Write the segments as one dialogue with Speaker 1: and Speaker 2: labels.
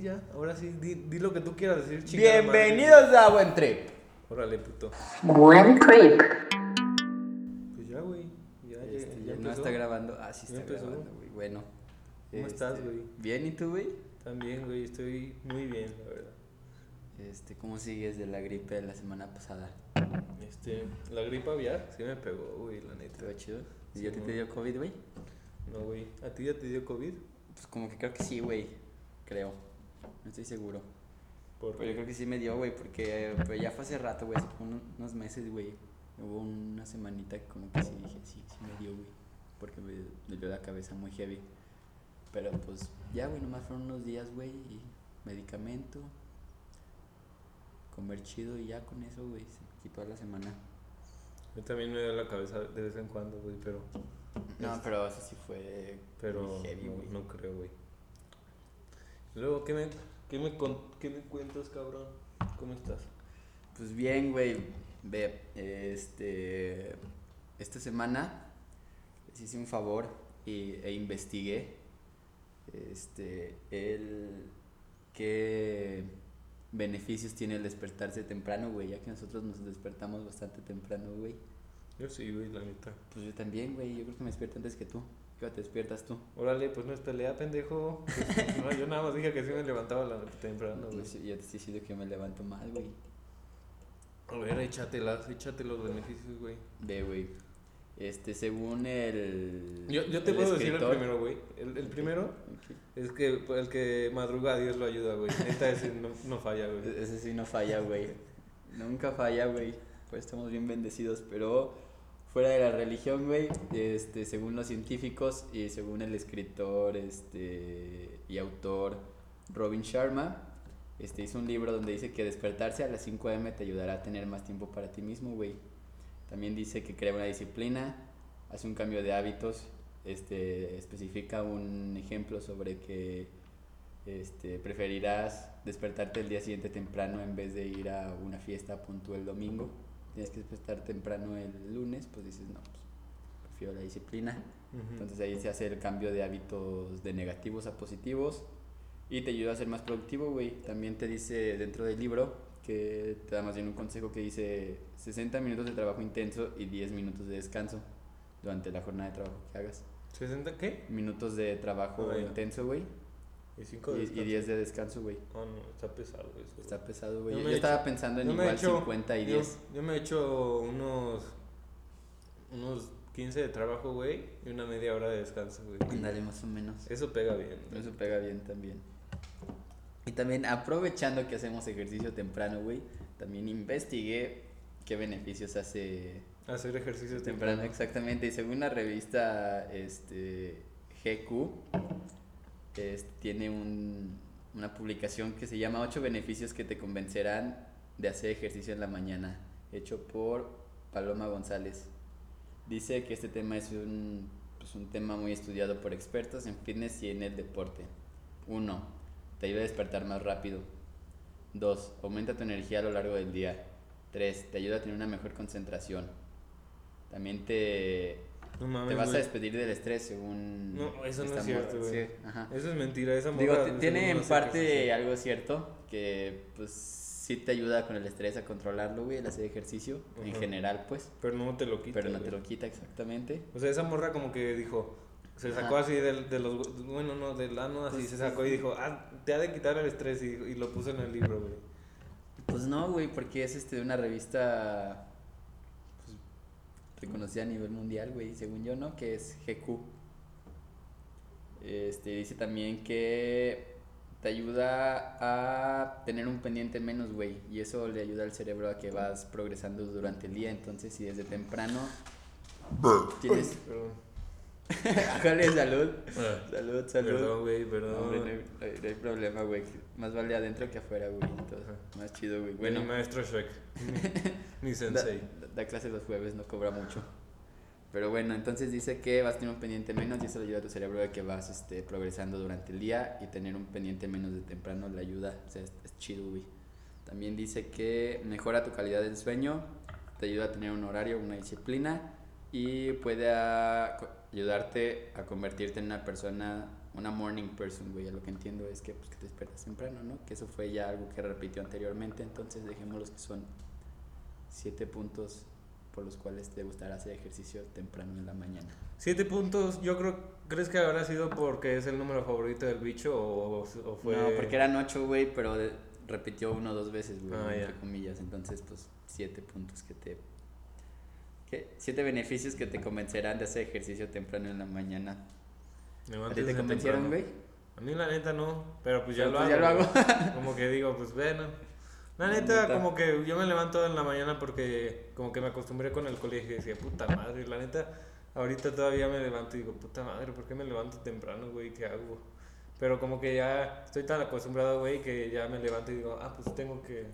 Speaker 1: ya. Ahora sí, di, di lo que tú quieras decir, chica.
Speaker 2: Bienvenidos a Buen Trip.
Speaker 1: Órale, puto.
Speaker 3: Buen trip.
Speaker 1: Pues ya, güey. Ya, ya,
Speaker 2: Este,
Speaker 1: ya
Speaker 2: ya no
Speaker 1: empezó.
Speaker 2: está grabando. Ah, sí
Speaker 1: Ya
Speaker 2: está
Speaker 1: empezó.
Speaker 2: grabando, güey. Bueno. Este,
Speaker 1: ¿Cómo estás, güey?
Speaker 2: Bien, ¿y tú, güey?
Speaker 1: También, güey, estoy muy bien, la verdad.
Speaker 2: Este, ¿cómo sigues de la gripe de la semana pasada?
Speaker 1: Este, la gripa aviar sí me pegó, güey, la neta.
Speaker 2: ¿Estuvo chido? ¿Y
Speaker 1: Sí,
Speaker 2: a ti
Speaker 1: no.
Speaker 2: te dio COVID, güey?
Speaker 1: No, güey. ¿A ti ya te dio COVID?
Speaker 2: Pues como que creo que sí, güey. Creo. No estoy seguro.
Speaker 1: Por
Speaker 2: Pero Pues yo creo que sí me dio, güey, porque eh, pero ya fue hace rato, güey, hace como uno- unos meses, güey. Hubo una semanita que como que sí dije, sí, sí me dio, güey. Porque me dolió la cabeza muy heavy. Pero pues ya, güey, nomás fueron unos días, güey, y medicamento, comer chido y ya con eso, güey, se quitó la semana.
Speaker 1: Yo también me dio la cabeza de vez en cuando, güey, pero,
Speaker 2: No, pero eso sí fue
Speaker 1: pero
Speaker 2: muy heavy,
Speaker 1: no,
Speaker 2: güey.
Speaker 1: no creo, güey. Luego, ¿qué me, qué, me con- ¿qué me cuentas, cabrón? ¿Cómo estás?
Speaker 2: Pues bien, güey. Ve, este. Esta semana les hice un favor y- e investigué. Este. El. ¿Qué beneficios tiene el despertarse temprano, güey? Ya que nosotros nos despertamos bastante temprano, güey.
Speaker 1: Yo sí, güey, la neta.
Speaker 2: Pues yo también, güey. Yo creo que me despierto antes que tú. ¿Qué hora te despiertas tú?
Speaker 1: Órale, pues no es pelea, pendejo. Pues, no, yo nada más dije que sí me levantaba la temprano,
Speaker 2: No
Speaker 1: güey.
Speaker 2: sé, ya te estoy diciendo que me levanto mal, güey.
Speaker 1: A ver, échatelas, échate los beneficios, güey.
Speaker 2: Ve, güey. Este, según el.
Speaker 1: Yo, yo te
Speaker 2: el
Speaker 1: puedo decir el
Speaker 2: escritor-
Speaker 1: primero, güey. El, el primero
Speaker 2: Ok.
Speaker 1: es que pues, el que madruga a Dios lo ayuda, güey. Neta, ese no, no falla, güey.
Speaker 2: E-, Ese sí no falla, güey. Nunca falla, güey. Pues estamos bien bendecidos, pero fuera de la religión, güey, este, según los científicos y según el escritor este, y autor Robin Sharma, este, hizo un libro donde dice que despertarse a las 5 a.m. te ayudará a tener más tiempo para ti mismo, güey. También dice que crea una disciplina, hace un cambio de hábitos, este, especifica un ejemplo sobre que este, preferirás despertarte el día siguiente temprano en vez de ir a una fiesta puntual el domingo. Tienes que despertar temprano el lunes, pues dices, no, pues, prefiero la disciplina. Entonces ahí se hace el cambio de hábitos de negativos a positivos y te ayuda a ser más productivo, güey. También te dice dentro del libro que te da más bien un consejo que dice 60 minutos de trabajo intenso y 10 minutos de descanso durante la jornada de trabajo que hagas.
Speaker 1: ¿60 qué?
Speaker 2: Minutos de trabajo
Speaker 1: Ah, ya.
Speaker 2: intenso, güey,
Speaker 1: Y 5
Speaker 2: y- y 10 de descanso, güey.
Speaker 1: Oh, no, está pesado eso. güey.
Speaker 2: Está pesado, güey.
Speaker 1: Yo
Speaker 2: Yo,
Speaker 1: me he
Speaker 2: yo estaba pensando en
Speaker 1: Yo me he
Speaker 2: igual
Speaker 1: hecho-
Speaker 2: 50 y
Speaker 1: yo-
Speaker 2: 10.
Speaker 1: Yo, me he hecho unos. unos 15 de trabajo, güey, y una media hora de descanso, güey.
Speaker 2: Ándale, más o menos.
Speaker 1: Eso pega bien. güey.
Speaker 2: Eso pega bien también. Y también aprovechando que hacemos ejercicio temprano, güey, también investigué qué beneficios hace
Speaker 1: Hacer ejercicio
Speaker 2: temprano.
Speaker 1: temprano.
Speaker 2: Exactamente. Y según la revista este, GQ, es- tiene un- una publicación que se llama 8 beneficios que te convencerán de hacer ejercicio en la mañana, hecho por Paloma González. Dice que este tema es un, pues, un tema muy estudiado por expertos en fitness y en el deporte. 1. Te ayuda a despertar más rápido. 2. Aumenta tu energía a lo largo del día. 3. Te ayuda a tener una mejor concentración. También te,
Speaker 1: No mames.
Speaker 2: te vas a
Speaker 1: güey.
Speaker 2: despedir del estrés según...
Speaker 1: No, eso no
Speaker 2: esta
Speaker 1: es cierto,
Speaker 2: morra.
Speaker 1: güey.
Speaker 2: Sí, ajá.
Speaker 1: Eso es mentira, esa
Speaker 2: Digo,
Speaker 1: morra,
Speaker 2: t-
Speaker 1: según
Speaker 2: tiene en
Speaker 1: hace
Speaker 2: parte
Speaker 1: ejercicio.
Speaker 2: algo cierto, que pues sí te ayuda con el estrés a controlarlo, güey, el hacer ejercicio en
Speaker 1: Ujú.
Speaker 2: general, pues.
Speaker 1: Pero no te lo quita.
Speaker 2: pero no te
Speaker 1: güey.
Speaker 2: lo quita exactamente.
Speaker 1: O sea, esa morra como que dijo. Se sacó
Speaker 2: Ajá. Pues
Speaker 1: así del, de los. hue- Bueno, no, del ano, así se sacó y dijo, ah, te ha de quitar el estrés. Y, y lo puso en el libro, güey.
Speaker 2: Pues no, güey, porque es este de una revista pues, reconocida a nivel mundial, güey, según yo, ¿no? Que es GQ. Este dice también que te ayuda a tener un pendiente menos, güey, y eso le ayuda al cerebro a que vas progresando durante el día, entonces si desde temprano tienes
Speaker 1: Perdón.
Speaker 2: Ájale, salud. Salud, salud.
Speaker 1: Perdón, güey,
Speaker 2: No,
Speaker 1: perdón.
Speaker 2: hombre, no hay, no hay- no hay problema, güey. Más vale adentro que afuera, güey. Entonces,
Speaker 1: Ajá.
Speaker 2: más chido, güey.
Speaker 1: Bueno.
Speaker 2: Bueno,
Speaker 1: Mi maestro Shrek. Mi, mi
Speaker 2: Da,
Speaker 1: sensei.
Speaker 2: da clases los jueves, no cobra mucho. Pero bueno, entonces dice que vas a tener un pendiente menos y eso le ayuda a tu cerebro de que vas este, progresando durante el día y tener un pendiente menos de temprano le ayuda. O sea, es, es chido, güey. También dice que mejora tu calidad del sueño, te ayuda a tener un horario, una disciplina y puede a- co- ayudarte a convertirte en una persona una morning person, güey. A lo que entiendo es que, pues, que te despiertas temprano, ¿no? Que eso fue ya algo que repitió anteriormente. Entonces, dejemos los que son siete puntos por los cuales te gustará hacer ejercicio temprano en la mañana.
Speaker 1: Siete puntos, yo creo, ¿crees que habrá sido porque es el número favorito del bicho o, o fue...
Speaker 2: No, porque eran ocho, güey, pero de- repitió uno o dos veces, güey,
Speaker 1: Ah,
Speaker 2: entre
Speaker 1: ya.
Speaker 2: comillas. Entonces, pues, siete puntos que te... que Siete beneficios que te convencerán de hacer ejercicio temprano en la mañana. ¿A ti
Speaker 1: Levántese
Speaker 2: te convencieron,
Speaker 1: temprano.
Speaker 2: güey?
Speaker 1: A mí la neta no, pero pues ya
Speaker 2: Pero,
Speaker 1: lo
Speaker 2: pues,
Speaker 1: hago.
Speaker 2: ya lo
Speaker 1: güey. como que digo, pues bueno. La
Speaker 2: La
Speaker 1: neta,
Speaker 2: neta.
Speaker 1: como que yo me levanto en la mañana porque como que me acostumbré con el colegio y decía, puta madre, la neta, ahorita todavía me levanto y digo, puta madre, ¿por qué me levanto temprano, güey? ¿Qué hago? Pero como que ya estoy tan acostumbrado, güey, que ya me levanto y digo, ah, pues tengo que,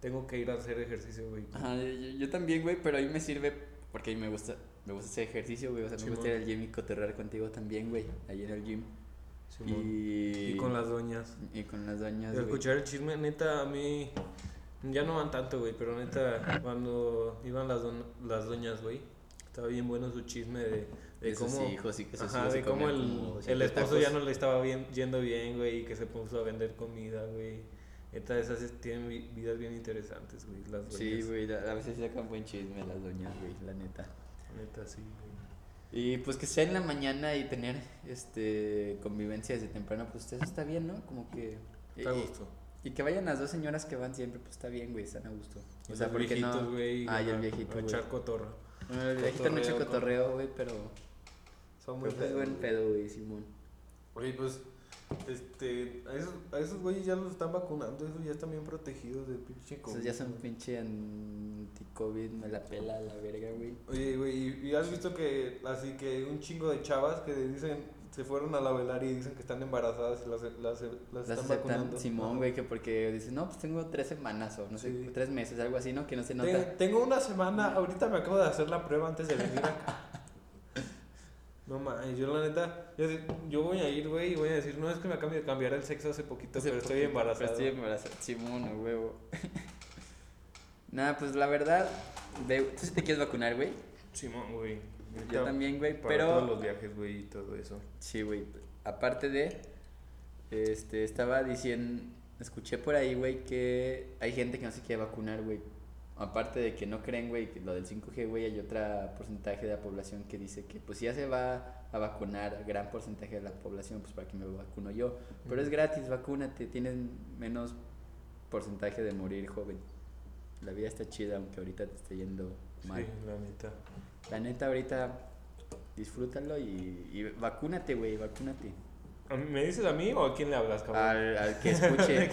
Speaker 1: tengo que ir a hacer ejercicio, güey.
Speaker 2: Ajá, yo, yo- yo también, güey, pero a mí me sirve porque me gusta, me gusta hacer ejercicio, güey. O sea, me
Speaker 1: Simón.
Speaker 2: gusta ir al gym y cotorrear contigo también, güey. Ahí en el gym.
Speaker 1: Simón.
Speaker 2: Y,
Speaker 1: Y con las doñas.
Speaker 2: y con las doñas,
Speaker 1: De
Speaker 2: güey.
Speaker 1: escuchar el chisme, neta, a mí ya no van tanto, güey, pero neta, cuando iban las, don- las doñas, güey, estaba bien bueno su chisme de, de
Speaker 2: De sus
Speaker 1: cómo,
Speaker 2: hijos y que sus
Speaker 1: ajá,
Speaker 2: hijos se
Speaker 1: de cómo
Speaker 2: comen
Speaker 1: el,
Speaker 2: como siete
Speaker 1: el esposo ya
Speaker 2: tacos.
Speaker 1: no le estaba bien, yendo bien, güey, y que se puso a vender comida, güey. Neta, esas es- tienen vi- vidas bien interesantes, güey, las doñas.
Speaker 2: Sí, güey, a a veces sacan buen chisme las doñas, güey, la neta.
Speaker 1: Neta, sí, güey.
Speaker 2: Y pues que sea en la mañana y tener este convivencia desde temprano, pues eso está bien, ¿no? Como que.
Speaker 1: Está a
Speaker 2: y-
Speaker 1: gusto.
Speaker 2: Y que vayan las dos señoras que van siempre, pues está bien, güey, están a gusto.
Speaker 1: Y
Speaker 2: O sea,
Speaker 1: los
Speaker 2: porque
Speaker 1: viejitos,
Speaker 2: no.
Speaker 1: güey,
Speaker 2: Ah, y el
Speaker 1: a-
Speaker 2: viejito,
Speaker 1: A
Speaker 2: güey.
Speaker 1: echar cotorra.
Speaker 2: Bueno, el viejito no echa
Speaker 1: Cotorreo con-
Speaker 2: cotorreo, güey, pero.
Speaker 1: Son
Speaker 2: pero pues buen pedo, güey, Simón.
Speaker 1: Oye, pues, este, a esos, a esos güeyes ya los están vacunando, esos ya están bien protegidos del pinche COVID.
Speaker 2: Esos ya son pinche anti-COVID, me la pela la verga, güey.
Speaker 1: Oye, güey, ¿y, y has visto que, así que un chingo de chavas que dicen, se fueron a la velaria y dicen que están embarazadas y las, las, las
Speaker 2: Las
Speaker 1: están
Speaker 2: aceptan
Speaker 1: vacunando?
Speaker 2: Simón,
Speaker 1: Ajá.
Speaker 2: güey, que porque dicen, no, pues tengo tres semanas o no
Speaker 1: Sí.
Speaker 2: sé, tres meses, algo así, ¿no? Que no se
Speaker 1: Ten-
Speaker 2: nota.
Speaker 1: tengo una semana, ahorita me acabo de hacer la prueba antes de venir acá. No mames, yo la neta, yo, de- yo voy a ir, güey, y voy a decir, no, es que me acabo de cambiar el sexo hace poquito,
Speaker 2: Hace
Speaker 1: pero pues, estoy
Speaker 2: poquito,
Speaker 1: embarazada.
Speaker 2: Pero Pues, estoy embarazada. Simón, a huevo. Nada, pues la verdad, de- tú sí te quieres vacunar, güey.
Speaker 1: Simón, güey.
Speaker 2: Yo
Speaker 1: neta,
Speaker 2: también, güey,
Speaker 1: Para
Speaker 2: pero.
Speaker 1: todos los viajes, güey, y todo eso.
Speaker 2: Sí, güey. Aparte de, este, estaba diciendo, escuché por ahí, güey, que hay gente que no se quiere vacunar, güey. Aparte de que no creen, güey, que lo del 5G, güey, hay otro porcentaje de la población que dice que, pues, si ya se va a vacunar gran porcentaje de la población, pues, ¿para qué me vacuno yo? Pero es gratis, vacúnate, tienes menos porcentaje de morir, joven. La vida está chida, aunque ahorita te esté yendo mal.
Speaker 1: Sí, la neta.
Speaker 2: La neta, ahorita disfrútalo y, y vacúnate, güey, vacúnate.
Speaker 1: ¿A mí- ¿Me dices a mí o a quién le hablas, cabrón?
Speaker 2: Al, al que escuche.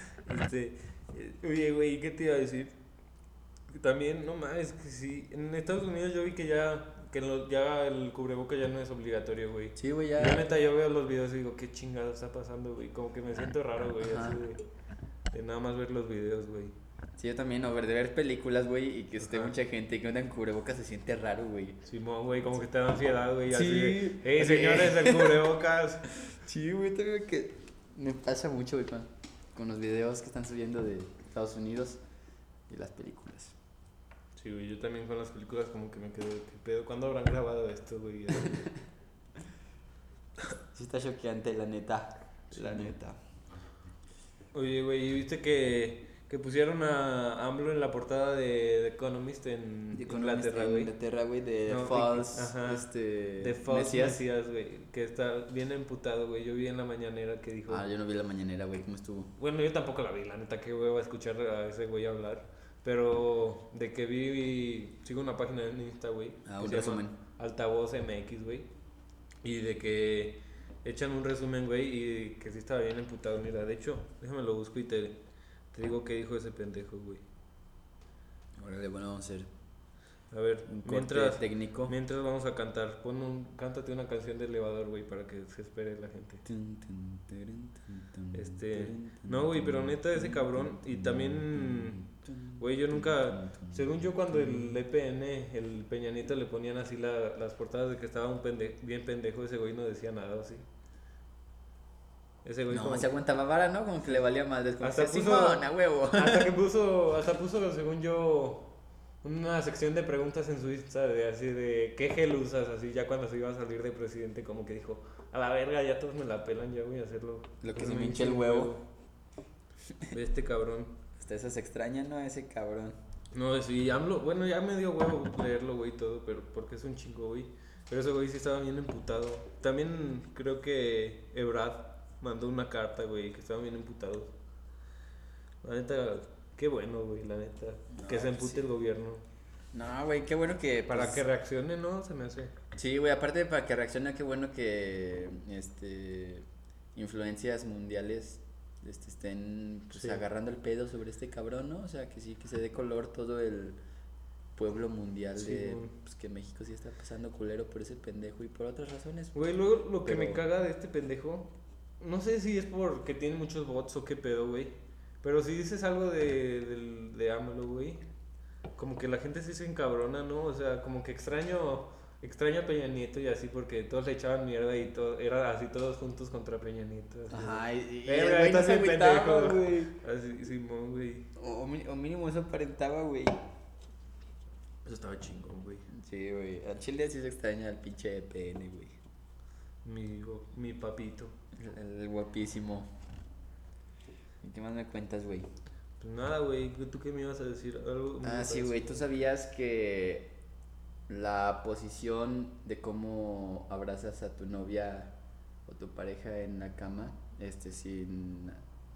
Speaker 1: Este, eh, oye, güey, ¿qué te iba a decir? Que También, no mames, que sí. En Estados Unidos yo vi que ya, que lo- ya el cubreboca ya no es obligatorio, güey.
Speaker 2: Sí, güey,
Speaker 1: Yo
Speaker 2: ya.
Speaker 1: neta, yo veo los videos y digo, qué chingado está pasando, güey. Como que me siento raro, güey,
Speaker 2: Ajá.
Speaker 1: así de, de nada más ver los videos, güey.
Speaker 2: Sí, yo también, over de ver películas, güey, y que esté
Speaker 1: Ajá.
Speaker 2: mucha gente y que andan cubrebocas se siente raro, güey.
Speaker 1: Simón, güey, como que te da ansiedad, güey. Así
Speaker 2: Sí.
Speaker 1: de, hey,
Speaker 2: Así,
Speaker 1: señores del cubrebocas.
Speaker 2: Sí, güey, también que me pasa mucho, güey, con, con los videos que están subiendo de Estados Unidos y las películas.
Speaker 1: Sí, güey, yo también con las películas como que me quedo, qué pedo, ¿cuándo habrán grabado esto, güey? Así de-
Speaker 2: Sí está choqueante, la neta. La
Speaker 1: Sí.
Speaker 2: neta.
Speaker 1: Oye, güey, ¿y ¿viste que, que pusieron a AMLO en la portada de The Economist en
Speaker 2: De
Speaker 1: Inglaterra, güey?
Speaker 2: este, Inglaterra, güey, de
Speaker 1: No,
Speaker 2: False,
Speaker 1: ajá.
Speaker 2: este...
Speaker 1: De Fox
Speaker 2: Mesías.
Speaker 1: Mesías, güey, que está bien emputado, güey. Yo vi en la mañanera que dijo...
Speaker 2: Ah, yo no vi la mañanera, güey, ¿cómo estuvo?
Speaker 1: Bueno, yo tampoco la vi, la neta, qué hueva escuchar a ese güey hablar. Pero de que vi, sigo una página en Insta, güey.
Speaker 2: Ah,
Speaker 1: que
Speaker 2: un
Speaker 1: se llama
Speaker 2: resumen.
Speaker 1: Altavoz MX, güey. Y de que echan un resumen, güey, y que sí estaba bien emputado. Mira, de hecho, déjame lo busco y te, te digo qué dijo ese pendejo, güey.
Speaker 2: Órale, bueno, vamos a hacer
Speaker 1: A ver,
Speaker 2: un corte
Speaker 1: mientras,
Speaker 2: técnico.
Speaker 1: mientras vamos a cantar, pon un, cántate una canción de elevador, güey, para que se espere la gente.
Speaker 2: Tun, tun, turun, tun, tun,
Speaker 1: Este,
Speaker 2: turun, tun,
Speaker 1: no, güey,
Speaker 2: tun,
Speaker 1: pero neta, ese
Speaker 2: tun,
Speaker 1: cabrón,
Speaker 2: tun,
Speaker 1: y
Speaker 2: tun,
Speaker 1: también,
Speaker 2: tun, tun,
Speaker 1: Güey, yo
Speaker 2: tun,
Speaker 1: nunca.
Speaker 2: tun, tun,
Speaker 1: Según yo, cuando
Speaker 2: tun.
Speaker 1: el EPN, el Peñanito, le ponían así la- las portadas de que estaba un pende- bien pendejo, ese güey no decía nada así. Ese güey.
Speaker 2: No,
Speaker 1: como-
Speaker 2: se aguantaba vara, ¿no? Como que le valía más Como
Speaker 1: Hasta
Speaker 2: que
Speaker 1: puso-
Speaker 2: Simón, a huevo.
Speaker 1: hasta que puso, hasta puso, según yo, una sección de preguntas en su Insta de así de qué gel usas, así ya cuando se iba a salir de presidente, como que dijo, a la verga, ya todos me la pelan, ya voy a hacerlo.
Speaker 2: Lo que
Speaker 1: Pues
Speaker 2: se
Speaker 1: me
Speaker 2: me hincha
Speaker 1: hincha
Speaker 2: el huevo.
Speaker 1: De este cabrón.
Speaker 2: Hasta eso se extraña, ¿no? Ese cabrón.
Speaker 1: No, sí, AMLO, bueno, ya me dio huevo leerlo, güey, todo, pero porque es un chingo, güey. Pero ese güey sí estaba bien emputado. También creo que Ebrad mandó una carta, güey, que estaban bien emputados. La neta, qué bueno, güey, la neta.
Speaker 2: No,
Speaker 1: que se
Speaker 2: pues
Speaker 1: empute
Speaker 2: sí.
Speaker 1: el gobierno.
Speaker 2: No, güey, qué bueno que.
Speaker 1: Para
Speaker 2: pues,
Speaker 1: que reaccione, ¿no? Se me hace.
Speaker 2: Sí, güey, aparte de para que reaccione, qué bueno que este influencias mundiales este, estén pues,
Speaker 1: Sí.
Speaker 2: agarrando el pedo sobre este cabrón, ¿no? O sea, que sí, que se dé color todo el pueblo mundial
Speaker 1: Sí,
Speaker 2: de
Speaker 1: güey.
Speaker 2: pues, que México sí está pasando culero por ese pendejo y por otras razones.
Speaker 1: Güey, luego lo que me
Speaker 2: Pero-
Speaker 1: caga de este pendejo, no sé si es porque tiene muchos bots o qué pedo, güey. Pero si dices algo de, del- de AMLO, güey, como que la gente sí se encabrona, ¿no? O sea, como que extraño, extraño a Peña Nieto y así, porque todos le echaban mierda y todo, era así todos juntos contra Peña Nieto. así,
Speaker 2: Ajá, y, y
Speaker 1: Verga,
Speaker 2: el güey no
Speaker 1: estás
Speaker 2: se
Speaker 1: bien
Speaker 2: agüitaba,
Speaker 1: pendejo.
Speaker 2: güey.
Speaker 1: Así, Simón, güey.
Speaker 2: O, o mi- o mínimo eso aparentaba, güey.
Speaker 1: Eso estaba chingón, güey.
Speaker 2: Sí, güey. A Chile sí se extraña al pinche EPN, güey.
Speaker 1: Mi, go- mi papito.
Speaker 2: El, el guapísimo. ¿Y qué más me cuentas, güey?
Speaker 1: Pues nada, güey, ¿tú qué me ibas a decir? ¿Algo me
Speaker 2: Ah,
Speaker 1: ibas a
Speaker 2: sí,
Speaker 1: decir?
Speaker 2: güey. ¿Tú sabías que la posición de cómo abrazas a tu novia o tu pareja en la cama, este, sin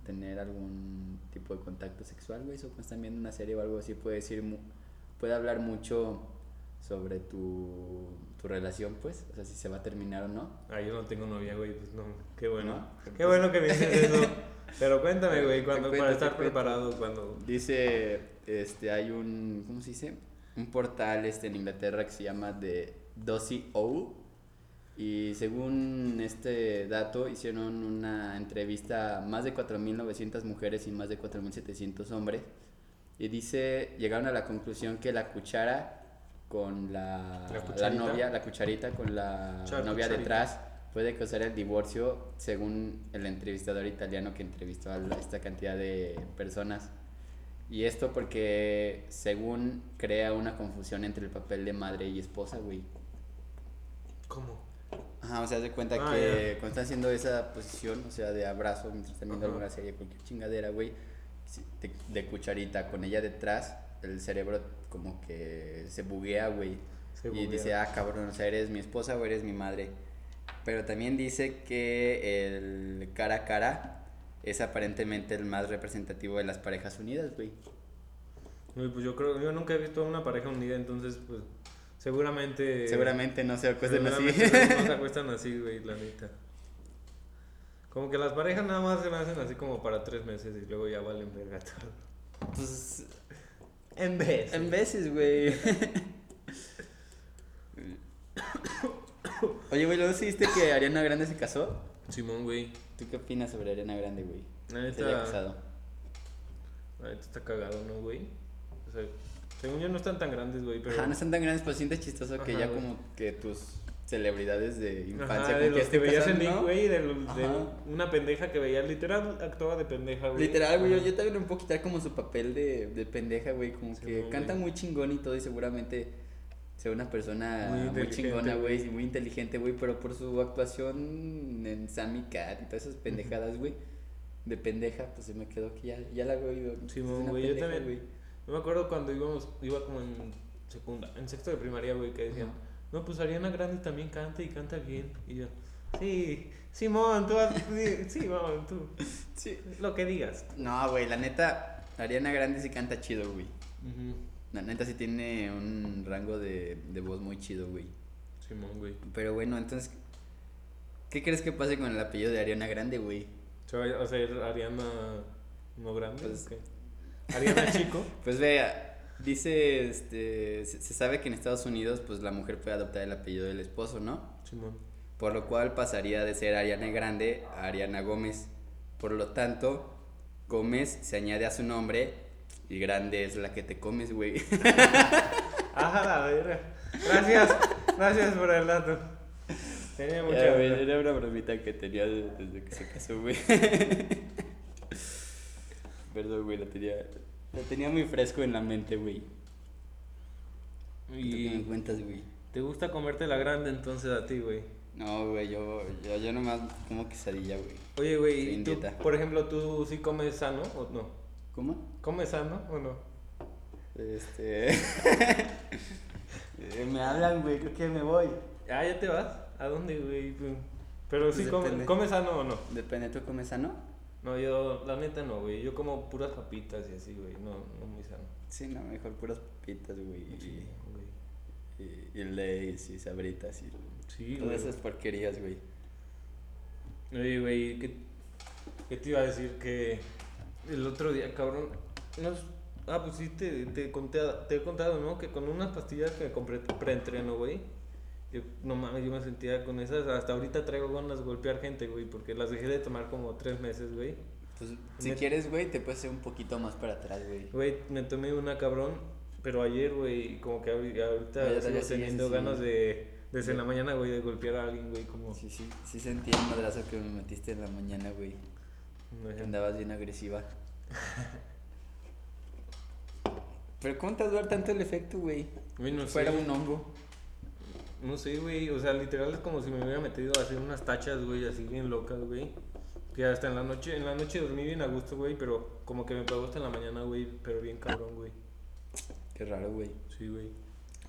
Speaker 2: tener algún tipo de contacto sexual, güey, o están viendo una serie o algo así, puede decir, mu- puede hablar mucho sobre tu, tu relación, pues, o sea, si se va a terminar o no.
Speaker 1: Ah, yo no tengo novia, güey, pues no. Qué bueno.
Speaker 2: ¿No? pues
Speaker 1: Qué bueno que me dices eso. Pero cuéntame, güey,
Speaker 2: Te
Speaker 1: cuando,
Speaker 2: cuento,
Speaker 1: para
Speaker 2: te
Speaker 1: estar
Speaker 2: cuento.
Speaker 1: preparado, cuando...
Speaker 2: Dice, este, hay un, ¿cómo se dice? Un portal este, en Inglaterra que se llama The Dossy O. Y según este dato, hicieron una entrevista a más de 4.900 mujeres y más de 4.700 hombres. Y dice, llegaron a la conclusión que la cuchara con la,
Speaker 1: ¿La
Speaker 2: la
Speaker 1: cucharita?
Speaker 2: novia, la cucharita con la
Speaker 1: Char-
Speaker 2: novia
Speaker 1: cucharita.
Speaker 2: detrás puede causar el divorcio según el entrevistador italiano que entrevistó a la- esta cantidad de personas. Y esto porque según crea una confusión entre el papel de madre y esposa, güey.
Speaker 1: ¿Cómo?
Speaker 2: Ajá, o sea, haz de cuenta
Speaker 1: Ah,
Speaker 2: que
Speaker 1: ya.
Speaker 2: cuando estás haciendo esa posición, o sea, de abrazo, mientras están viendo
Speaker 1: Ajá.
Speaker 2: alguna serie, cualquier chingadera, güey, si- de, de cucharita, con ella detrás, el cerebro como que se buguea, güey.
Speaker 1: Se
Speaker 2: y
Speaker 1: buguea.
Speaker 2: dice, ah, cabrón, o sea, eres mi esposa o eres mi madre. Pero también dice que el cara a cara es aparentemente el más representativo de las parejas unidas, güey. "Ah".
Speaker 1: Güey, pues yo creo, yo nunca he visto a una pareja unida, entonces, pues, seguramente...
Speaker 2: Seguramente pues, no se acuerdan así.
Speaker 1: seguramente No se acuestan así, güey, la neta. Como que las parejas nada más se nacen así como para tres meses y luego ya valen verga todo.
Speaker 2: pues
Speaker 1: En vez.
Speaker 2: En veces, güey. Oye, güey, luego sí viste que Ariana Grande se casó.
Speaker 1: Simón, güey.
Speaker 2: ¿Tú qué opinas sobre Ariana Grande, güey?
Speaker 1: La
Speaker 2: Que Se haya
Speaker 1: neta,
Speaker 2: casado.
Speaker 1: la neta está cagado, ¿no, güey? O sea, según yo no están tan grandes, güey, pero...
Speaker 2: Ajá, Ah, no están tan grandes, pero sientes chistoso que
Speaker 1: Ajá,
Speaker 2: ya
Speaker 1: güey.
Speaker 2: como que tus celebridades de infancia
Speaker 1: Ajá,
Speaker 2: como
Speaker 1: de
Speaker 2: que
Speaker 1: los que
Speaker 2: estén
Speaker 1: veías en
Speaker 2: casando,
Speaker 1: Nick,
Speaker 2: ¿no?
Speaker 1: güey, de, los- de
Speaker 2: Ajá.
Speaker 1: una pendeja que veías, literal, actuaba de pendeja, güey.
Speaker 2: Literal, güey, yo,
Speaker 1: Ajá.
Speaker 2: yo también un puedo quitar como su papel de, de pendeja, güey, como
Speaker 1: Sí,
Speaker 2: que
Speaker 1: güey.
Speaker 2: canta muy chingón y todo y seguramente sea una persona
Speaker 1: Muy
Speaker 2: muy,
Speaker 1: inteligente,
Speaker 2: chingona, güey,
Speaker 1: güey.
Speaker 2: y muy inteligente, güey, pero por su actuación en Sammy Cat y todas esas pendejadas, güey, de pendeja, pues se me quedó que ya, ya la veo y digo, "Es
Speaker 1: Simón,
Speaker 2: una
Speaker 1: güey, yo
Speaker 2: pendeja,
Speaker 1: también. Yo me acuerdo cuando íbamos, iba como en secunda, en sexto de primaria, güey, que decían,
Speaker 2: Ajá.
Speaker 1: no, pues Ariana Grande también canta y canta bien. Y yo, sí, Simón, tú, haz- sí, sí, mamón, tú,
Speaker 2: Sí.
Speaker 1: lo que digas.
Speaker 2: No, güey, la neta, Ariana Grande sí canta chido, güey.
Speaker 1: Ujú,
Speaker 2: La neta sí tiene un rango de, de voz muy chido, güey.
Speaker 1: Simón, güey.
Speaker 2: Pero bueno, entonces, ¿qué crees que pase con el apellido de Ariana Grande, güey?
Speaker 1: Se va a hacer Ariana no grande,
Speaker 2: Pues-
Speaker 1: ¿o qué? Ariana chico.
Speaker 2: Pues vea, dice, este, se se sabe que en Estados Unidos, pues la mujer puede adoptar el apellido del esposo, ¿no?
Speaker 1: Simón.
Speaker 2: Por lo cual pasaría de ser Ariana Grande a Ariana Gómez. Por lo tanto, Gómez se añade a su nombre y Grande es la que te comes, güey.
Speaker 1: Ajá, Ah, la verga. Gracias, gracias por el dato. Tenía mucha
Speaker 2: Ya, güey,
Speaker 1: hambre.
Speaker 2: Era una bromita que tenía de- desde que se casó, güey. Perdón, güey, la tenía, la tenía muy fresco en la mente, güey. ¿Y ¿Tú qué me
Speaker 1: Y
Speaker 2: cuentas, güey?
Speaker 1: te gusta comerte la grande entonces a ti, güey.
Speaker 2: No, güey, yo, yo, yo nomás como quesadilla, güey.
Speaker 1: Oye, güey,
Speaker 2: Sin
Speaker 1: ¿y tú,
Speaker 2: dieta.
Speaker 1: por ejemplo, tú sí comes sano o no?
Speaker 2: ¿Cómo?
Speaker 1: ¿Comes sano o no?
Speaker 2: Este. Eh, me hablan, güey, creo que me voy.
Speaker 1: Ah, ya te vas. ¿A dónde, güey? Pero sí,
Speaker 2: Pues
Speaker 1: come,
Speaker 2: depende.
Speaker 1: ¿comes sano o no?
Speaker 2: Depende, ¿tú comes sano?
Speaker 1: No, yo, la neta no, güey. Yo como puras papitas y así, güey. No, no muy sano.
Speaker 2: Sí, no, mejor puras papitas, güey. y-
Speaker 1: Sí, güey.
Speaker 2: Y, y Lay's y sabritas y
Speaker 1: Sí,
Speaker 2: todas
Speaker 1: güey.
Speaker 2: esas porquerías, güey.
Speaker 1: Oye, güey, ¿qué, qué te iba a decir? Que el otro día, cabrón. nos- ah, pues sí, te, te, conté, te he contado, ¿no? Que con unas pastillas que me compré preentreno, güey. Yo, no mames, yo me sentía con esas. Hasta ahorita traigo ganas de golpear gente, güey. Porque las dejé de tomar como tres meses, güey.
Speaker 2: Pues si
Speaker 1: Neta.
Speaker 2: quieres, güey, te puedes ir un poquito más para atrás, güey.
Speaker 1: Güey, me tomé una cabrón, pero ayer, güey, como que ahori-
Speaker 2: Güey,
Speaker 1: ahorita
Speaker 2: ya
Speaker 1: sigo
Speaker 2: sigues
Speaker 1: teniendo
Speaker 2: así.
Speaker 1: ganas de, desde la mañana, güey, de golpear a alguien, güey, como...
Speaker 2: Sí, sí, sí sentí el madrazo que me metiste en la mañana, güey.
Speaker 1: no sé.
Speaker 2: Andabas bien agresiva. Pero ¿cómo te vas a dar tanto el efecto, güey?
Speaker 1: Güey, no
Speaker 2: Fuera
Speaker 1: sé,
Speaker 2: un hongo.
Speaker 1: no sé, güey, o sea, literal es como si me hubiera metido a hacer unas tachas, güey, así bien locas, güey. Que hasta en la noche, en la noche dormí bien a gusto, güey, pero como que me pegó hasta en la mañana, güey, pero bien cabrón, güey.
Speaker 2: Qué raro, güey.
Speaker 1: Sí, güey.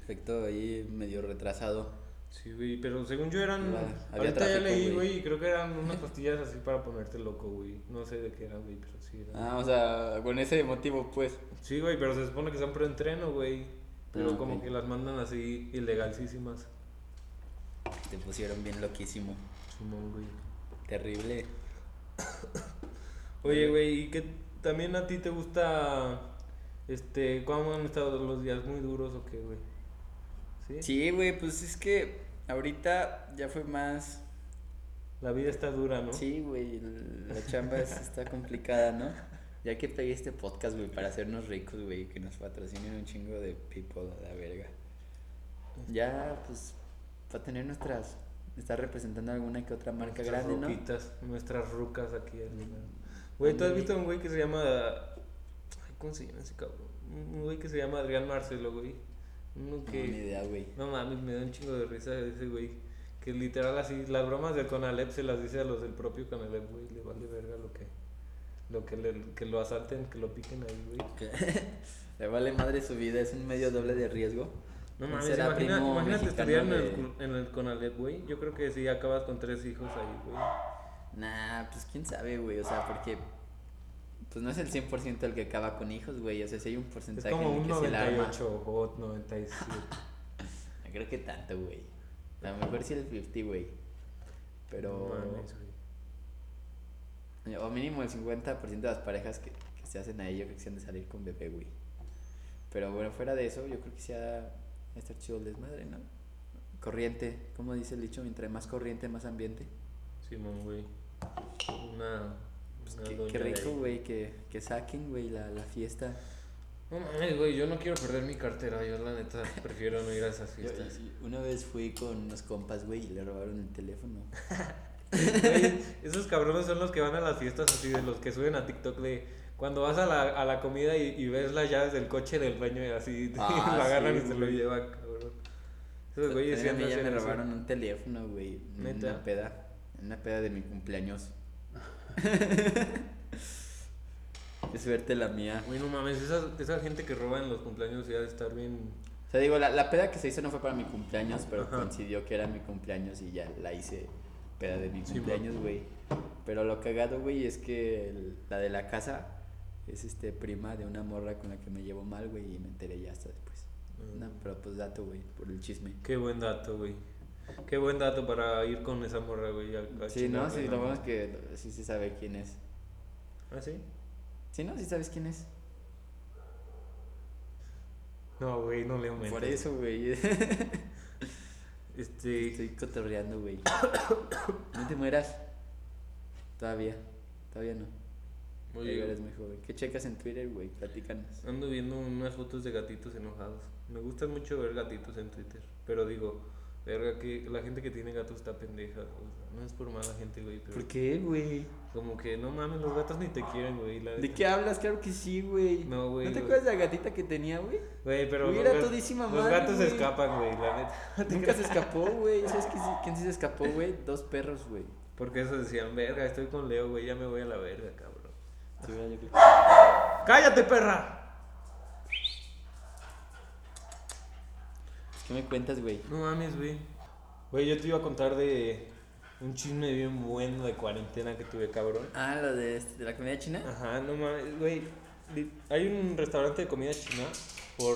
Speaker 2: Efecto ahí medio retrasado.
Speaker 1: Sí, güey, pero según yo eran...
Speaker 2: Vale, había
Speaker 1: ahorita
Speaker 2: tráfico,
Speaker 1: ya leí,
Speaker 2: güey.
Speaker 1: güey, y creo que eran unas pastillas así para ponerte loco, güey. No sé de qué eran, güey, pero sí eran...
Speaker 2: Ah, o sea, con ese motivo, pues.
Speaker 1: Sí, güey, pero se supone que son preentreno, güey. Pero
Speaker 2: Ah,
Speaker 1: como
Speaker 2: ok.
Speaker 1: que las mandan así ilegalísimas.
Speaker 2: Te pusieron bien loquísimo.
Speaker 1: Simón, güey.
Speaker 2: Terrible.
Speaker 1: Oye, güey, ¿y qué también a ti te gusta? Este, ¿cómo han estado los días? ¿Muy duros o qué, güey? ¿Sí?
Speaker 2: Sí, güey, pues es que ahorita ya fue más.
Speaker 1: La vida está dura, ¿no?
Speaker 2: Sí, güey, el- la chamba es- está complicada, ¿no? Ya que pegué este podcast, güey, para hacernos ricos, güey, que nos patrocinen un chingo de people a la verga. Ya, pues, para tener nuestras. Estar representando alguna que otra marca
Speaker 1: Nuestras
Speaker 2: grande, ¿no?
Speaker 1: ruquitas, nuestras rucas aquí. Güey, ¿tú has
Speaker 2: Ándale.
Speaker 1: visto a un güey que se llama. Ay, ¿cómo se llama ese cabrón? Un güey que se llama Adrián Marcelo, güey. Uno
Speaker 2: No,
Speaker 1: que.
Speaker 2: ni idea, güey.
Speaker 1: No mames, me da un chingo de risa ese güey. Que literal así, las bromas del Conalep se las dice a los del propio Conalep, güey. Le vale verga lo que. Lo que, le- que lo asalten, que lo piquen ahí, güey.
Speaker 2: Que Le vale madre su vida, es un medio doble de riesgo.
Speaker 1: No
Speaker 2: Él
Speaker 1: mames,
Speaker 2: será
Speaker 1: imagina-
Speaker 2: primo
Speaker 1: imagínate
Speaker 2: mexicano
Speaker 1: estudiar en el,
Speaker 2: de-
Speaker 1: cu- en el Conalep, güey. Yo creo que sí acabas con tres hijos ahí, güey.
Speaker 2: Nah, pues quién sabe, güey. O sea, porque. Pues no es el 100% el que acaba con hijos, güey. O sea, si hay un
Speaker 1: Es
Speaker 2: porcentaje
Speaker 1: como
Speaker 2: en el
Speaker 1: un
Speaker 2: que se la arma.
Speaker 1: 98 o 97.
Speaker 2: No creo que tanto, güey. A lo mejor sí el 50, güey. Pero.
Speaker 1: No mames, güey.
Speaker 2: o mínimo el 50% de las parejas que, que se hacen ahí, yo creo que se han de salir con bebé, güey. Pero bueno, fuera de eso, yo creo que sea. Estar chido el desmadre, ¿no? Corriente, como dice el dicho, entre más corriente, más ambiente.
Speaker 1: Simón, güey. Una. una
Speaker 2: Pues Qué,
Speaker 1: doña
Speaker 2: qué
Speaker 1: de
Speaker 2: rico,
Speaker 1: ahí.
Speaker 2: güey, que, que saquen, güey, la, la fiesta.
Speaker 1: No mames, güey. Yo no quiero perder mi cartera. Yo, la neta, prefiero no ir a esas
Speaker 2: Yo-
Speaker 1: fiestas.
Speaker 2: una vez fui con unos compas, güey, y le robaron el teléfono.
Speaker 1: Güey, esos cabrones son los que van a las fiestas así, de los que suben a TikTok de cuando vas a la, a la comida y, y ves las llaves del coche del dueño y así
Speaker 2: Ah,
Speaker 1: lo agarran
Speaker 2: sí,
Speaker 1: y se lo
Speaker 2: güey.
Speaker 1: llevan, cabrón. Esos
Speaker 2: Güey,
Speaker 1: güeyes
Speaker 2: a mí
Speaker 1: siempre
Speaker 2: ya me
Speaker 1: hacen eso.
Speaker 2: robaron un teléfono, güey. en
Speaker 1: ¿Neta?
Speaker 2: Una peda. en Una peda de mi cumpleaños. Qué suerte la mía.
Speaker 1: Güey, no mames, esa, esa gente que roba en los cumpleaños ya de estar bien.
Speaker 2: O sea, digo, la, la peda que se hizo no fue para mi cumpleaños, pero
Speaker 1: Ajá.
Speaker 2: coincidió que era mi cumpleaños y ya la hice peda de mi
Speaker 1: Sí,
Speaker 2: cumpleaños, güey. Pero lo cagado, güey, es que el- la de la casa es este prima de una morra con la que me llevo mal, güey, y me enteré ya hasta después. No, pero pues dato, güey, por el chisme.
Speaker 1: mm, Qué buen dato, güey. Qué buen dato para ir con esa morra, Ah, güey. a- a
Speaker 2: Sí, no,
Speaker 1: chingarla,
Speaker 2: sí, lo bueno es que sí se sabe quién es.
Speaker 1: ¿Ah, sí?
Speaker 2: Sí, no, sí sabes quién es.
Speaker 1: No, güey, no le aumento.
Speaker 2: Por eso, güey.
Speaker 1: Este.
Speaker 2: Estoy cotorreando, güey. No te mueras. Todavía. Todavía no.
Speaker 1: oye,
Speaker 2: Todavía eres muy joven. ¿Qué checas en Twitter, güey? Platícanos.
Speaker 1: Ando viendo unas fotos de gatitos enojados. Me gustan mucho ver gatitos en Twitter. Pero digo, Verga, que la gente que tiene gatos está pendeja. o sea, no es por mala gente, güey, pero
Speaker 2: ¿Por qué, güey?
Speaker 1: como que no mames, los gatos ni te quieren, güey. La
Speaker 2: ¿De
Speaker 1: neta.
Speaker 2: qué hablas? Claro que sí, güey.
Speaker 1: No, güey,
Speaker 2: ¿No te
Speaker 1: güey.
Speaker 2: acuerdas de la gatita que tenía, güey?
Speaker 1: Güey, pero
Speaker 2: Mira,
Speaker 1: gat-
Speaker 2: todísima
Speaker 1: los
Speaker 2: madre,
Speaker 1: gatos se
Speaker 2: güey.
Speaker 1: escapan, güey, la neta.
Speaker 2: Nunca se escapó, güey. ¿Sabes quién sí- quién sí se escapó, güey? Dos perros, güey.
Speaker 1: Porque eso decían, verga, estoy con Leo, güey, ya me voy a la verga, cabrón.
Speaker 2: Sí, güey, yo creo-
Speaker 1: ¡Cállate, perra!
Speaker 2: ¿Qué me cuentas, güey?
Speaker 1: No mames, güey. Güey, yo te iba a contar de un chisme bien bueno de cuarentena que tuve, cabrón.
Speaker 2: Ah, lo de, este- de la comida china.
Speaker 1: Ajá, no mames, güey. li- Hay un restaurante de comida china por,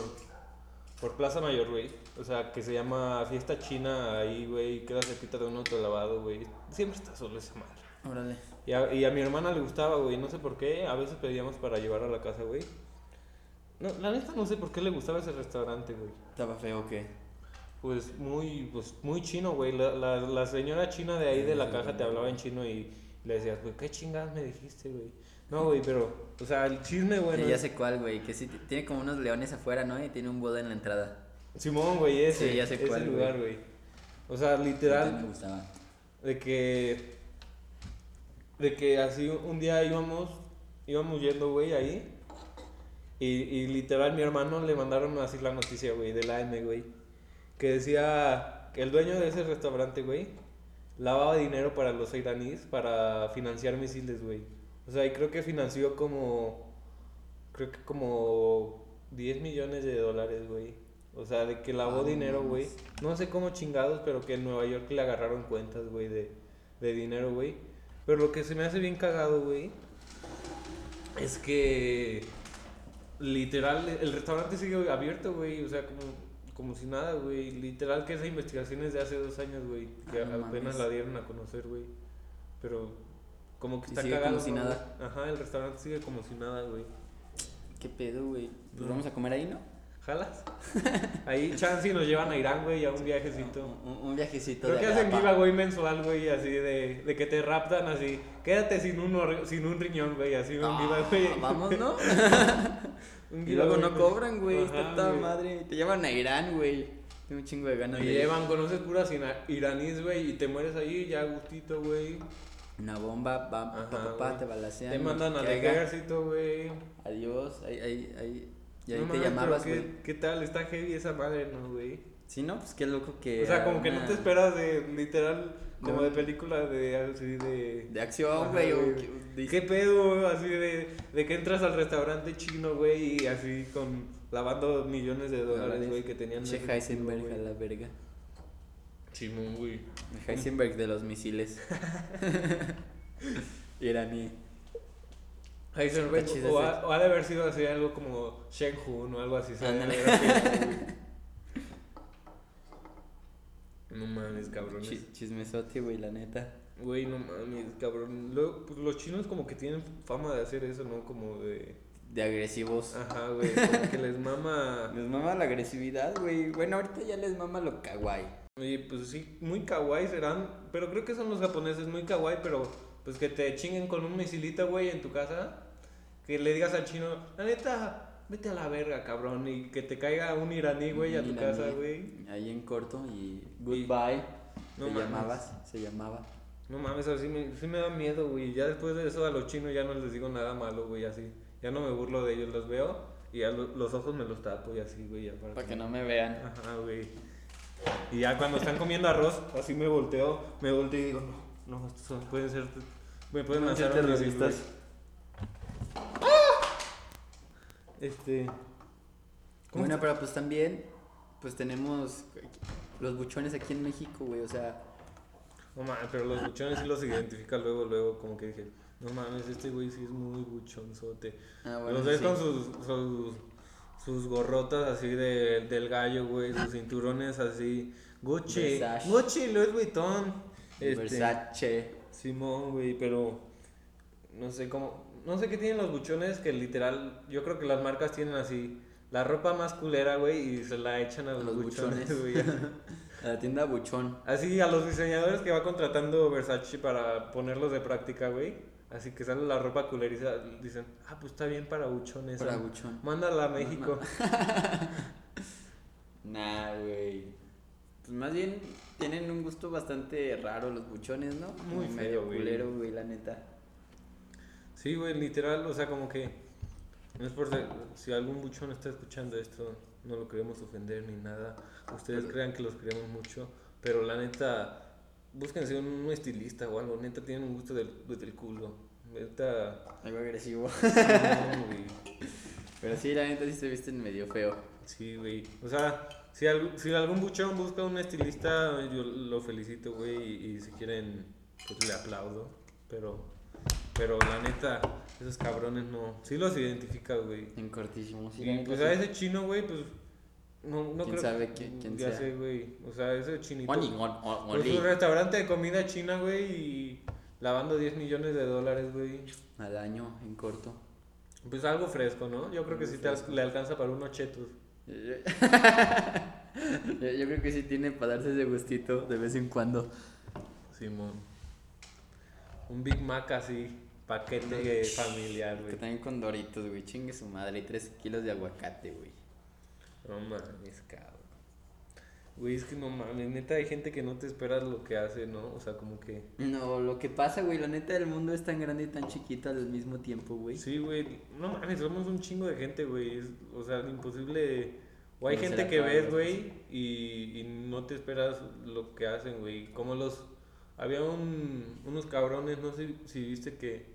Speaker 1: por Plaza Mayor, güey. O sea, que se llama Fiesta China ahí, güey. Queda cerquita de un auto lavado, güey. Siempre está solo esa madre.
Speaker 2: Órale.
Speaker 1: Y a, y a mi hermana le gustaba, güey. No sé por qué. A veces pedíamos para llevar a la casa, güey. No, la neta no sé por qué le gustaba ese restaurante, güey.
Speaker 2: ¿Estaba feo o qué?
Speaker 1: Pues muy, pues muy chino, güey. La, la, la señora china de ahí de la caja te hablaba en chino y le decías, güey, ¿qué chingadas me dijiste, güey? No, güey, pero, o sea, el chisme, güey.
Speaker 2: Sí,
Speaker 1: no
Speaker 2: ya
Speaker 1: es-
Speaker 2: sé cuál, güey. Que sí, t- tiene como unos leones afuera, ¿no? Y tiene un boda en la entrada.
Speaker 1: Simón, güey, ese.
Speaker 2: Sí, ya sé
Speaker 1: ese
Speaker 2: cuál, güey.
Speaker 1: lugar, güey. O sea,
Speaker 2: Entonces
Speaker 1: literal,
Speaker 2: Me gustaba.
Speaker 1: de que. De que así un día íbamos. Íbamos yendo, güey, ahí. Y, y literal, mi hermano le mandaron así la noticia, güey, del AM, güey. Que decía que el dueño de ese restaurante, güey, lavaba dinero para los iraníes para financiar misiles, güey. O sea, y creo que financió como. Creo que como 10 millones de dólares, güey. O sea, de que lavó
Speaker 2: Ah, no
Speaker 1: dinero, güey.
Speaker 2: mames.
Speaker 1: No sé cómo chingados, pero que en Nueva York le agarraron cuentas, güey, de, de dinero, güey. Pero lo que se me hace bien cagado, güey, es que literal, el restaurante sigue abierto, güey. O sea, como, como si nada, güey. Literal que esa investigación es de hace dos años, güey. Que
Speaker 2: Ah, no
Speaker 1: apenas
Speaker 2: mames.
Speaker 1: la dieron a conocer, güey. Pero como que
Speaker 2: Y
Speaker 1: está
Speaker 2: sigue
Speaker 1: cagado.
Speaker 2: como si
Speaker 1: ¿no,
Speaker 2: nada.
Speaker 1: güey? Ajá, el restaurante sigue como si nada, güey.
Speaker 2: ¿Qué pedo, güey? Pues
Speaker 1: Mm.
Speaker 2: vamos a comer ahí, ¿no?
Speaker 1: ¿Jalas? Ahí chance y nos llevan a Irán, güey, a un viajecito.
Speaker 2: Un, un- un viajecito
Speaker 1: Creo
Speaker 2: de
Speaker 1: que
Speaker 2: acá,
Speaker 1: hacen
Speaker 2: pa.
Speaker 1: viva, güey, mensual, güey, así de, de que te raptan, así. Quédate sin un, or- sin un riñón, güey, así un viva,
Speaker 2: Ah,
Speaker 1: güey.
Speaker 2: Vamos, ¿no?
Speaker 1: Un
Speaker 2: y luego
Speaker 1: giveaway,
Speaker 2: no cobran, güey. Está
Speaker 1: Ajá,
Speaker 2: toda
Speaker 1: güey.
Speaker 2: madre. Te llevan a Irán, güey. Tengo un chingo de ganas
Speaker 1: Te
Speaker 2: de ir.
Speaker 1: llevan, conoces puras ina- iraníes, güey, y te mueres ahí ya a gustito, güey.
Speaker 2: Una bomba, va, pa, pa,
Speaker 1: Ajá,
Speaker 2: pa,
Speaker 1: güey.
Speaker 2: te balacean.
Speaker 1: Te mandan
Speaker 2: que
Speaker 1: al
Speaker 2: haga.
Speaker 1: ejército, güey.
Speaker 2: Adiós. Ahí, ahí, ahí. Y ahí
Speaker 1: No
Speaker 2: te
Speaker 1: mames,
Speaker 2: llamabas,
Speaker 1: pero
Speaker 2: güey.
Speaker 1: ¿qué, ¿Qué tal? Está heavy esa madre, ¿no, güey?
Speaker 2: Sí, ¿no? Pues qué loco que.
Speaker 1: O sea,
Speaker 2: a
Speaker 1: como que no
Speaker 2: una-
Speaker 1: te esperas de, literal, como
Speaker 2: No.
Speaker 1: de película de, así de...
Speaker 2: De
Speaker 1: Ajá,
Speaker 2: acción, güey. o
Speaker 1: güey.
Speaker 2: que- de-
Speaker 1: ¿Qué pedo, güey? Así de, de que entras al restaurante chino, güey, y así con... Lavando millones de dólares,
Speaker 2: Dólares.
Speaker 1: güey, que tenían...
Speaker 2: Che
Speaker 1: en efectivo,
Speaker 2: Heisenberg
Speaker 1: güey.
Speaker 2: a la verga.
Speaker 1: Simón, güey.
Speaker 2: El Heisenberg de los misiles. Iraní.
Speaker 1: Heisenberg,
Speaker 2: Está chido
Speaker 1: o,
Speaker 2: ese.
Speaker 1: ha, o ha de haber sido así algo como Shen Hun o algo así. ¿sabes?
Speaker 2: Ándale.
Speaker 1: Era que- no mames, cabrones.
Speaker 2: Chi- chismesote, güey, la neta.
Speaker 1: Güey, no mames, cabrón. Luego, pues, los chinos como que tienen fama de hacer eso, ¿no? Como de...
Speaker 2: De agresivos.
Speaker 1: Ajá, güey. Como que les mama...
Speaker 2: Les mama la agresividad, güey. Bueno, ahorita ya les mama lo kawaii.
Speaker 1: Oye, pues sí, muy kawaii serán. Pero creo que son los japoneses, muy kawaii, pero... Pues que te chinguen con un misilito, güey, en tu casa. Que le digas al chino, la neta, vete a la verga, cabrón. Y que te caiga un iraní, güey, a tu
Speaker 2: Mira,
Speaker 1: casa,
Speaker 2: mira,
Speaker 1: güey.
Speaker 2: Ahí en corto y goodbye.
Speaker 1: No
Speaker 2: te
Speaker 1: mames.
Speaker 2: llamabas, se llamaba.
Speaker 1: No mames, así me, sí me da miedo, güey. Ya después de eso a los chinos ya no les digo nada malo, güey, así. Ya no me burlo de ellos, los veo y ya lo- los ojos me los tapo y así, güey, ya para.
Speaker 2: Para que no me vean.
Speaker 1: Ajá, güey. Y ya cuando están comiendo arroz, así me volteo, me volteo y digo, no, no, estos son- pueden ser, me pueden
Speaker 2: Pinches
Speaker 1: lanzar un misil, güey". Ah.
Speaker 2: terroristas.
Speaker 1: Este, ¿Cómo
Speaker 2: Bueno, pero pues también, pues tenemos los buchones aquí en México, güey. O sea,
Speaker 1: no mames, pero los buchones sí los identifica luego, luego, como que dije, no mames, este güey sí es muy buchonzote.
Speaker 2: ah,
Speaker 1: los ves
Speaker 2: sí.
Speaker 1: con sus, sus, sus gorrotas así de, del gallo, güey, sus cinturones así. Gucci,
Speaker 2: Versace.
Speaker 1: Gucci, Louis Vuitton. Este,
Speaker 2: Versace.
Speaker 1: Simón, güey, pero no sé cómo, no sé qué tienen los buchones que literal, yo creo que las marcas tienen así la ropa más culera, güey, y se la echan a los,
Speaker 2: Los
Speaker 1: buchones,
Speaker 2: buchones.
Speaker 1: güey.
Speaker 2: A la tienda buchón.
Speaker 1: Así a los diseñadores que va contratando Versace para ponerlos de práctica, güey. Así que sale la ropa culeriza, dicen, ah, pues está bien para buchones.
Speaker 2: Para
Speaker 1: ah,
Speaker 2: buchón.
Speaker 1: Mándala a México.
Speaker 2: Nah, güey. Pues más bien tienen un gusto bastante raro los buchones, ¿no? Como
Speaker 1: Muy feo,
Speaker 2: medio
Speaker 1: güey.
Speaker 2: culero, güey, la neta.
Speaker 1: Sí, güey, literal, o sea, como que. No es por ser- si algún buchón está escuchando esto, no lo queremos ofender ni nada. Ustedes crean que los queremos mucho, pero la neta, búsquense un, un estilista o algo. Neta, tienen un gusto del, pues, del culo. Neta,
Speaker 2: Algo agresivo.
Speaker 1: no, güey.
Speaker 2: Pero sí, la neta sí se visten medio feo.
Speaker 1: Sí, güey. O sea, si, al- si algún buchón busca un estilista, yo lo felicito, güey. Y, y si quieren, pues le aplaudo. Pero, pero la neta, esos cabrones no. Sí los identifica, güey.
Speaker 2: En cortísimo. Sí, la
Speaker 1: Y
Speaker 2: neta
Speaker 1: pues
Speaker 2: sí.
Speaker 1: a ese chino, güey, pues. No, no
Speaker 2: ¿Quién
Speaker 1: creo.
Speaker 2: sabe qui- quién
Speaker 1: ya
Speaker 2: sea?
Speaker 1: sé, güey. O sea, ese chinito.
Speaker 2: Oni, on- on-
Speaker 1: Pues
Speaker 2: only.
Speaker 1: un restaurante de comida china, güey, y lavando 10 millones de dólares, güey.
Speaker 2: Al año, en corto.
Speaker 1: Pues algo fresco, ¿no? Yo creo que
Speaker 2: Algo
Speaker 1: sí te al- le alcanza para unos chetos.
Speaker 2: Yo, yo- yo- yo creo que sí tiene para darse ese gustito de vez en cuando.
Speaker 1: Simón. Un Big Mac así, paquete eh, familiar,
Speaker 2: Que
Speaker 1: güey.
Speaker 2: también con doritos, güey. Chingue su madre. Y tres kilos de aguacate, güey.
Speaker 1: No mames, cabrón. Güey, es que no mames, neta hay gente que no te esperas lo que hace, ¿no? O sea, como que...
Speaker 2: No, lo que pasa, güey. La neta del mundo es tan grande y tan chiquito al mismo tiempo, güey.
Speaker 1: Sí, güey. No mames, somos un chingo de gente, güey. Es- O sea, imposible. O hay
Speaker 2: Conocer
Speaker 1: gente
Speaker 2: a
Speaker 1: que
Speaker 2: todas
Speaker 1: ves,
Speaker 2: las
Speaker 1: güey, y, y no te esperas lo que hacen, güey. Como los. Había un- unos cabrones, no sé si viste que.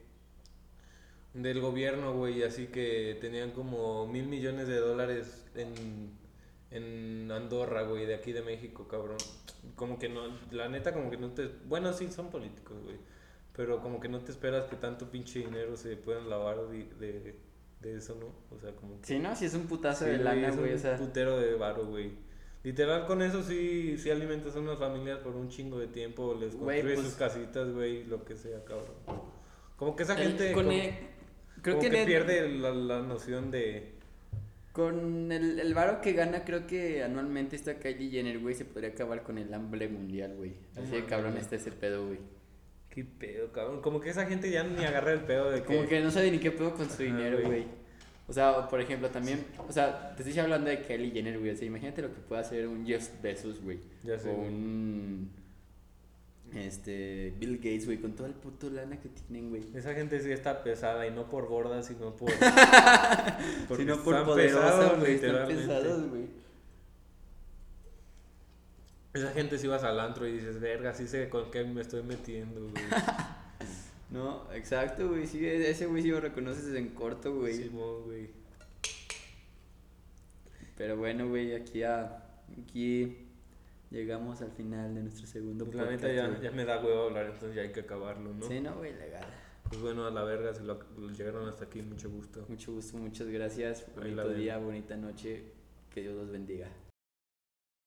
Speaker 1: Del gobierno, güey, así que tenían como mil millones de dólares en, en Andorra, güey, de aquí de México, cabrón. Como que no, la neta, como que no te. Bueno, sí, son políticos, güey. Pero como que no te esperas que tanto pinche dinero se puedan lavar de, de, de eso, ¿no? O sea, como que...
Speaker 2: Sí, no, sí es un putazo de
Speaker 1: Sí,
Speaker 2: lana,
Speaker 1: es
Speaker 2: güey.
Speaker 1: un
Speaker 2: O sea,
Speaker 1: putero de varo, güey. Literal, con eso sí, sí alimentas a unas familias por un chingo de tiempo, les
Speaker 2: Güey,
Speaker 1: construyes
Speaker 2: pues-
Speaker 1: sus casitas, güey, lo que sea, cabrón. Como que esa
Speaker 2: el-
Speaker 1: gente
Speaker 2: con
Speaker 1: como,
Speaker 2: el- creo
Speaker 1: como
Speaker 2: que,
Speaker 1: que
Speaker 2: en el-
Speaker 1: pierde la, la noción de...
Speaker 2: con el, el varo que gana, creo que anualmente esta Kylie Jenner, güey, se podría acabar con el hambre mundial, güey.
Speaker 1: No
Speaker 2: Así de
Speaker 1: mames,
Speaker 2: cabrón
Speaker 1: güey.
Speaker 2: está ese pedo, güey.
Speaker 1: ¿Qué pedo, cabrón? Como que esa gente ya ni agarra el pedo de
Speaker 2: Como
Speaker 1: que...
Speaker 2: que no sabe ni qué pedo con su
Speaker 1: Ajá,
Speaker 2: dinero,
Speaker 1: güey.
Speaker 2: güey. O sea, por ejemplo, también, o sea, te estoy hablando de Kylie Jenner, güey. O sea, imagínate lo que puede hacer un Jeff Bezos, güey.
Speaker 1: Ya sé,
Speaker 2: o
Speaker 1: güey.
Speaker 2: un. Este. Bill Gates, güey, con toda el puto lana que tienen, güey.
Speaker 1: Esa gente sí está pesada y no por gorda, sino por... porque
Speaker 2: Sino por
Speaker 1: están
Speaker 2: poderosa,
Speaker 1: pesados,
Speaker 2: güey. Están
Speaker 1: literalmente.
Speaker 2: pesados, güey.
Speaker 1: Esa gente si vas al antro y dices, verga, sí sé con qué me estoy metiendo, güey.
Speaker 2: No, exacto, güey. Sí, e-, ese güey sí lo reconoces en corto, güey.
Speaker 1: Simón, güey.
Speaker 2: Pero bueno, güey, aquí a. Aquí. Llegamos al final de nuestro segundo
Speaker 1: Pues, la neta ya,
Speaker 2: güey.
Speaker 1: ya me da huevo hablar, entonces ya hay que acabarlo, ¿no?
Speaker 2: Sí, no, güey, legal.
Speaker 1: Pues bueno, a la verga, si lo, lo llegaron hasta aquí, mucho gusto.
Speaker 2: Mucho gusto, muchas gracias.
Speaker 1: Ahí la
Speaker 2: Bonito
Speaker 1: ven.
Speaker 2: día, bonita noche. Que Dios los bendiga.